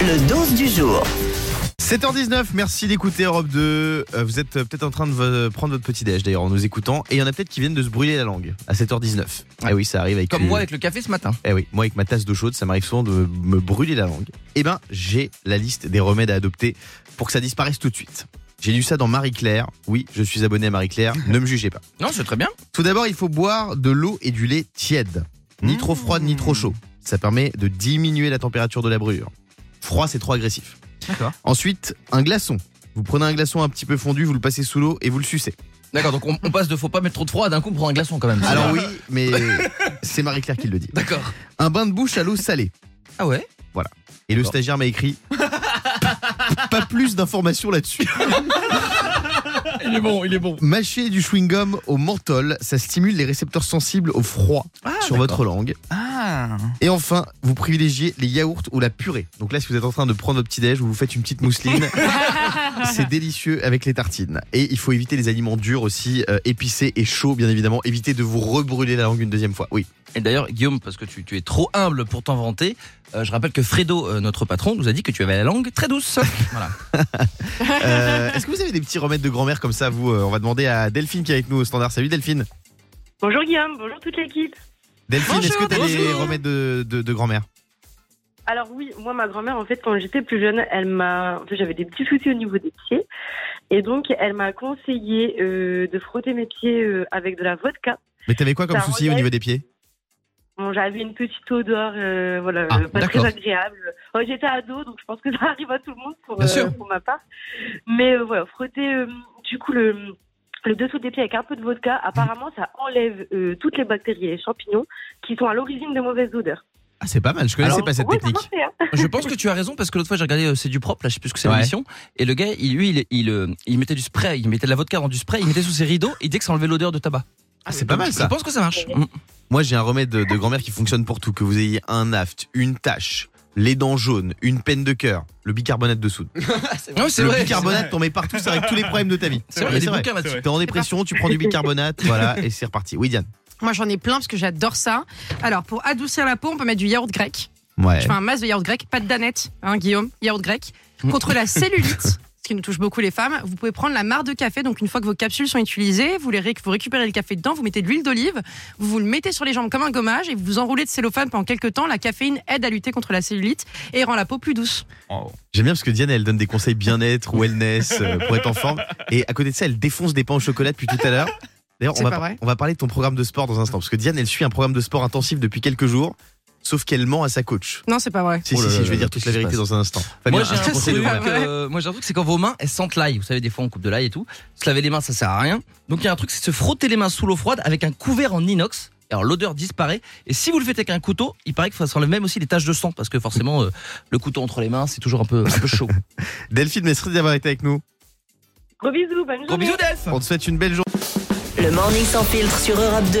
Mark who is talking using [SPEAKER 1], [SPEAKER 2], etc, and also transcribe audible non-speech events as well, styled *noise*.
[SPEAKER 1] Le 12 du jour.
[SPEAKER 2] 7h19, merci d'écouter Europe 2. Euh, Vous êtes euh, peut-être en train de vo- prendre votre petit déj d'ailleurs en nous écoutant. Et il y en a peut-être qui viennent de se brûler la langue à 7h19. Ah oui, ça arrive avec
[SPEAKER 3] Comme
[SPEAKER 2] le-
[SPEAKER 3] moi avec le café ce matin.
[SPEAKER 2] Eh oui, moi avec ma tasse d'eau chaude, ça m'arrive souvent de me brûler la langue. Eh ben, j'ai la liste des remèdes à adopter pour que ça disparaisse tout de suite. J'ai lu ça dans Marie-Claire. Oui, je suis abonné à Marie-Claire. ne me jugez pas.
[SPEAKER 3] *laughs* Non, c'est très bien.
[SPEAKER 2] Tout d'abord, il faut boire de l'eau et du lait tiède. Ni trop froide, ni
[SPEAKER 3] Mmh.
[SPEAKER 2] trop chaud. Ça permet de diminuer la température de la brûlure. Froid, c'est trop agressif.
[SPEAKER 3] D'accord.
[SPEAKER 2] Ensuite, un glaçon. Vous prenez un glaçon un petit peu fondu, vous le passez sous l'eau et vous le sucez.
[SPEAKER 3] D'accord, donc on, on passe de faut pas mettre trop de froid à d'un coup on prend un glaçon quand même.
[SPEAKER 2] Alors oui, mais c'est Marie-Claire qui le dit.
[SPEAKER 3] D'accord.
[SPEAKER 2] Un bain de bouche à l'eau salée.
[SPEAKER 3] Ah ouais
[SPEAKER 2] Et le
[SPEAKER 3] D'accord.
[SPEAKER 2] stagiaire m'a écrit *laughs* pas plus d'informations là-dessus.
[SPEAKER 3] Il est bon, il est bon.
[SPEAKER 2] Mâcher du chewing-gum au menthol, ça stimule les récepteurs sensibles au froid sur votre langue.
[SPEAKER 3] Ah
[SPEAKER 2] Et enfin, vous privilégiez les yaourts ou la purée. Donc là, si vous êtes en train de prendre votre petit-déj, vous vous faites une petite *laughs* mousseline. C'est délicieux avec les tartines. Et il faut éviter les aliments durs aussi, euh, épicés et chauds, bien évidemment. Évitez de vous rebrûler la langue une deuxième fois. *laughs* Oui.
[SPEAKER 3] Et d'ailleurs, Guillaume, parce que tu, tu es trop humble pour t'en vanter, euh, je rappelle que Fredo, euh, notre patron, nous a dit que tu avais la langue très
[SPEAKER 2] *laughs*
[SPEAKER 3] douce. voilà.
[SPEAKER 2] Euh, Est-ce que vous avez des petits remèdes de grand-mère comme ça, vous Euh, On va demander à Delphine qui est avec nous au standard. Salut Delphine.
[SPEAKER 4] Bonjour Guillaume, bonjour toute l'équipe.
[SPEAKER 2] Delphine,
[SPEAKER 4] Bonjour,
[SPEAKER 2] est-ce que t'as des
[SPEAKER 4] bonjour.
[SPEAKER 2] remèdes de, de- de grand-mère
[SPEAKER 4] Alors oui, moi ma grand-mère en fait quand j'étais plus jeune, elle m'a, en fait, j'avais des petits soucis au niveau des pieds et donc elle m'a conseillé euh, de frotter mes pieds euh, avec de la vodka.
[SPEAKER 2] Mais t'avais quoi comme
[SPEAKER 4] Ça
[SPEAKER 2] souci au
[SPEAKER 4] relève.
[SPEAKER 2] niveau des pieds
[SPEAKER 4] Bon, j'avais une petite odeur, euh, voilà,
[SPEAKER 3] Ah,
[SPEAKER 4] euh, pas
[SPEAKER 3] d'accord.
[SPEAKER 4] très agréable. Ouais, j'étais ado donc je pense que *laughs* ça arrive à tout le monde pour, euh,
[SPEAKER 3] Bien sûr.
[SPEAKER 4] pour ma part. Mais euh, voilà, frotter euh, du coup le le dessous des pieds avec un peu de vodka, apparemment ça enlève euh, toutes les bactéries et les champignons qui sont à l'origine de mauvaises odeurs.
[SPEAKER 2] Ah, c'est pas mal, je connaissais
[SPEAKER 4] Alors,
[SPEAKER 2] pas cette
[SPEAKER 4] ouais, ça
[SPEAKER 2] technique.
[SPEAKER 4] marchait, hein.
[SPEAKER 3] Je pense que tu as raison parce que l'autre fois j'ai regardé euh, C'est du propre, là je sais plus ce que c'est
[SPEAKER 2] Ouais.
[SPEAKER 3] l'émission, et le gars, il, lui, il, il, euh, il mettait du spray, il mettait de la vodka dans du spray, il mettait sous ses rideaux, il disait que ça enlevait l'odeur de tabac.
[SPEAKER 2] Ah, c'est pas mal
[SPEAKER 3] Je
[SPEAKER 2] ça.
[SPEAKER 3] pense que ça marche. Mm.
[SPEAKER 2] Moi, j'ai un remède de, de grand-mère qui fonctionne pour tout. Que vous ayez un aft, une tache, les dents jaunes, une peine de cœur, le bicarbonate de soude.
[SPEAKER 3] Ouais, c'est
[SPEAKER 2] le
[SPEAKER 3] vrai.
[SPEAKER 2] bicarbonate, t'en mets partout, ça règle tous
[SPEAKER 3] *laughs*
[SPEAKER 2] les problèmes de ta vie.
[SPEAKER 3] C'est vrai, il y a
[SPEAKER 2] Mais
[SPEAKER 3] des
[SPEAKER 2] c'est vrai.
[SPEAKER 3] bouquins là-dessus.
[SPEAKER 2] T'es en dépression, tu prends du bicarbonate, voilà, et c'est reparti. Oui, Diane.
[SPEAKER 5] Moi, j'en ai plein parce que j'adore ça. Alors, pour adoucir la peau, on peut mettre du yaourt grec.
[SPEAKER 2] Ouais.
[SPEAKER 5] Je fais un masque de yaourt grec, pas de danette, hein, Guillaume. Yaourt grec. Contre la cellulite, ce qui nous touche beaucoup les femmes, vous pouvez prendre la mare de café. Donc, une fois que vos capsules sont utilisées, vous, les ré- vous récupérez le café dedans, vous mettez de l'huile d'olive, vous vous le mettez sur les jambes comme un gommage et vous vous enroulez de cellophane pendant quelques temps. La caféine aide à lutter contre la cellulite et rend la peau plus douce.
[SPEAKER 2] J'aime bien parce que Diane, elle donne des conseils bien-être, wellness, euh, pour être en forme. Et à côté de ça, elle défonce des pains au chocolat depuis tout à l'heure. D'ailleurs, on
[SPEAKER 5] C'est
[SPEAKER 2] va,
[SPEAKER 5] pas
[SPEAKER 2] par-
[SPEAKER 5] vrai.
[SPEAKER 2] on va parler de ton programme de sport dans un instant. Parce que Diane, elle suit un programme de sport intensif depuis quelques jours, sauf qu'elle ment à sa coach.
[SPEAKER 5] Non, c'est pas vrai.
[SPEAKER 2] Si,
[SPEAKER 3] Oh
[SPEAKER 2] si,
[SPEAKER 3] là
[SPEAKER 2] si,
[SPEAKER 3] là
[SPEAKER 2] je vais
[SPEAKER 3] là,
[SPEAKER 2] dire toute
[SPEAKER 3] qu'est-ce
[SPEAKER 2] la
[SPEAKER 3] qui se
[SPEAKER 2] vérité
[SPEAKER 3] passe
[SPEAKER 2] dans un instant.
[SPEAKER 3] Moi
[SPEAKER 2] Fabien,
[SPEAKER 3] j'ai un
[SPEAKER 2] un conseil de
[SPEAKER 3] truc,
[SPEAKER 2] grand-mère.
[SPEAKER 3] euh, moi j'ai un truc, c'est quand vos mains elles sentent l'ail. Vous savez des fois on coupe de l'ail et tout. Se laver les mains ça sert à rien. Donc il y a un truc, c'est de se frotter les mains sous l'eau froide avec un couvert en inox. Alors l'odeur disparaît. Et si vous le faites avec un couteau, il paraît que ça s'enlève même aussi les taches de sang parce que forcément euh, le couteau entre les mains c'est toujours un peu, un peu *laughs* chaud.
[SPEAKER 2] Delphine, merci d'avoir été avec nous.
[SPEAKER 4] Gros bisous, bonne
[SPEAKER 3] Gros
[SPEAKER 4] journée.
[SPEAKER 3] bisous Delph.
[SPEAKER 2] On te souhaite une belle journée.
[SPEAKER 1] Le morning sans filtre sur Europe 2.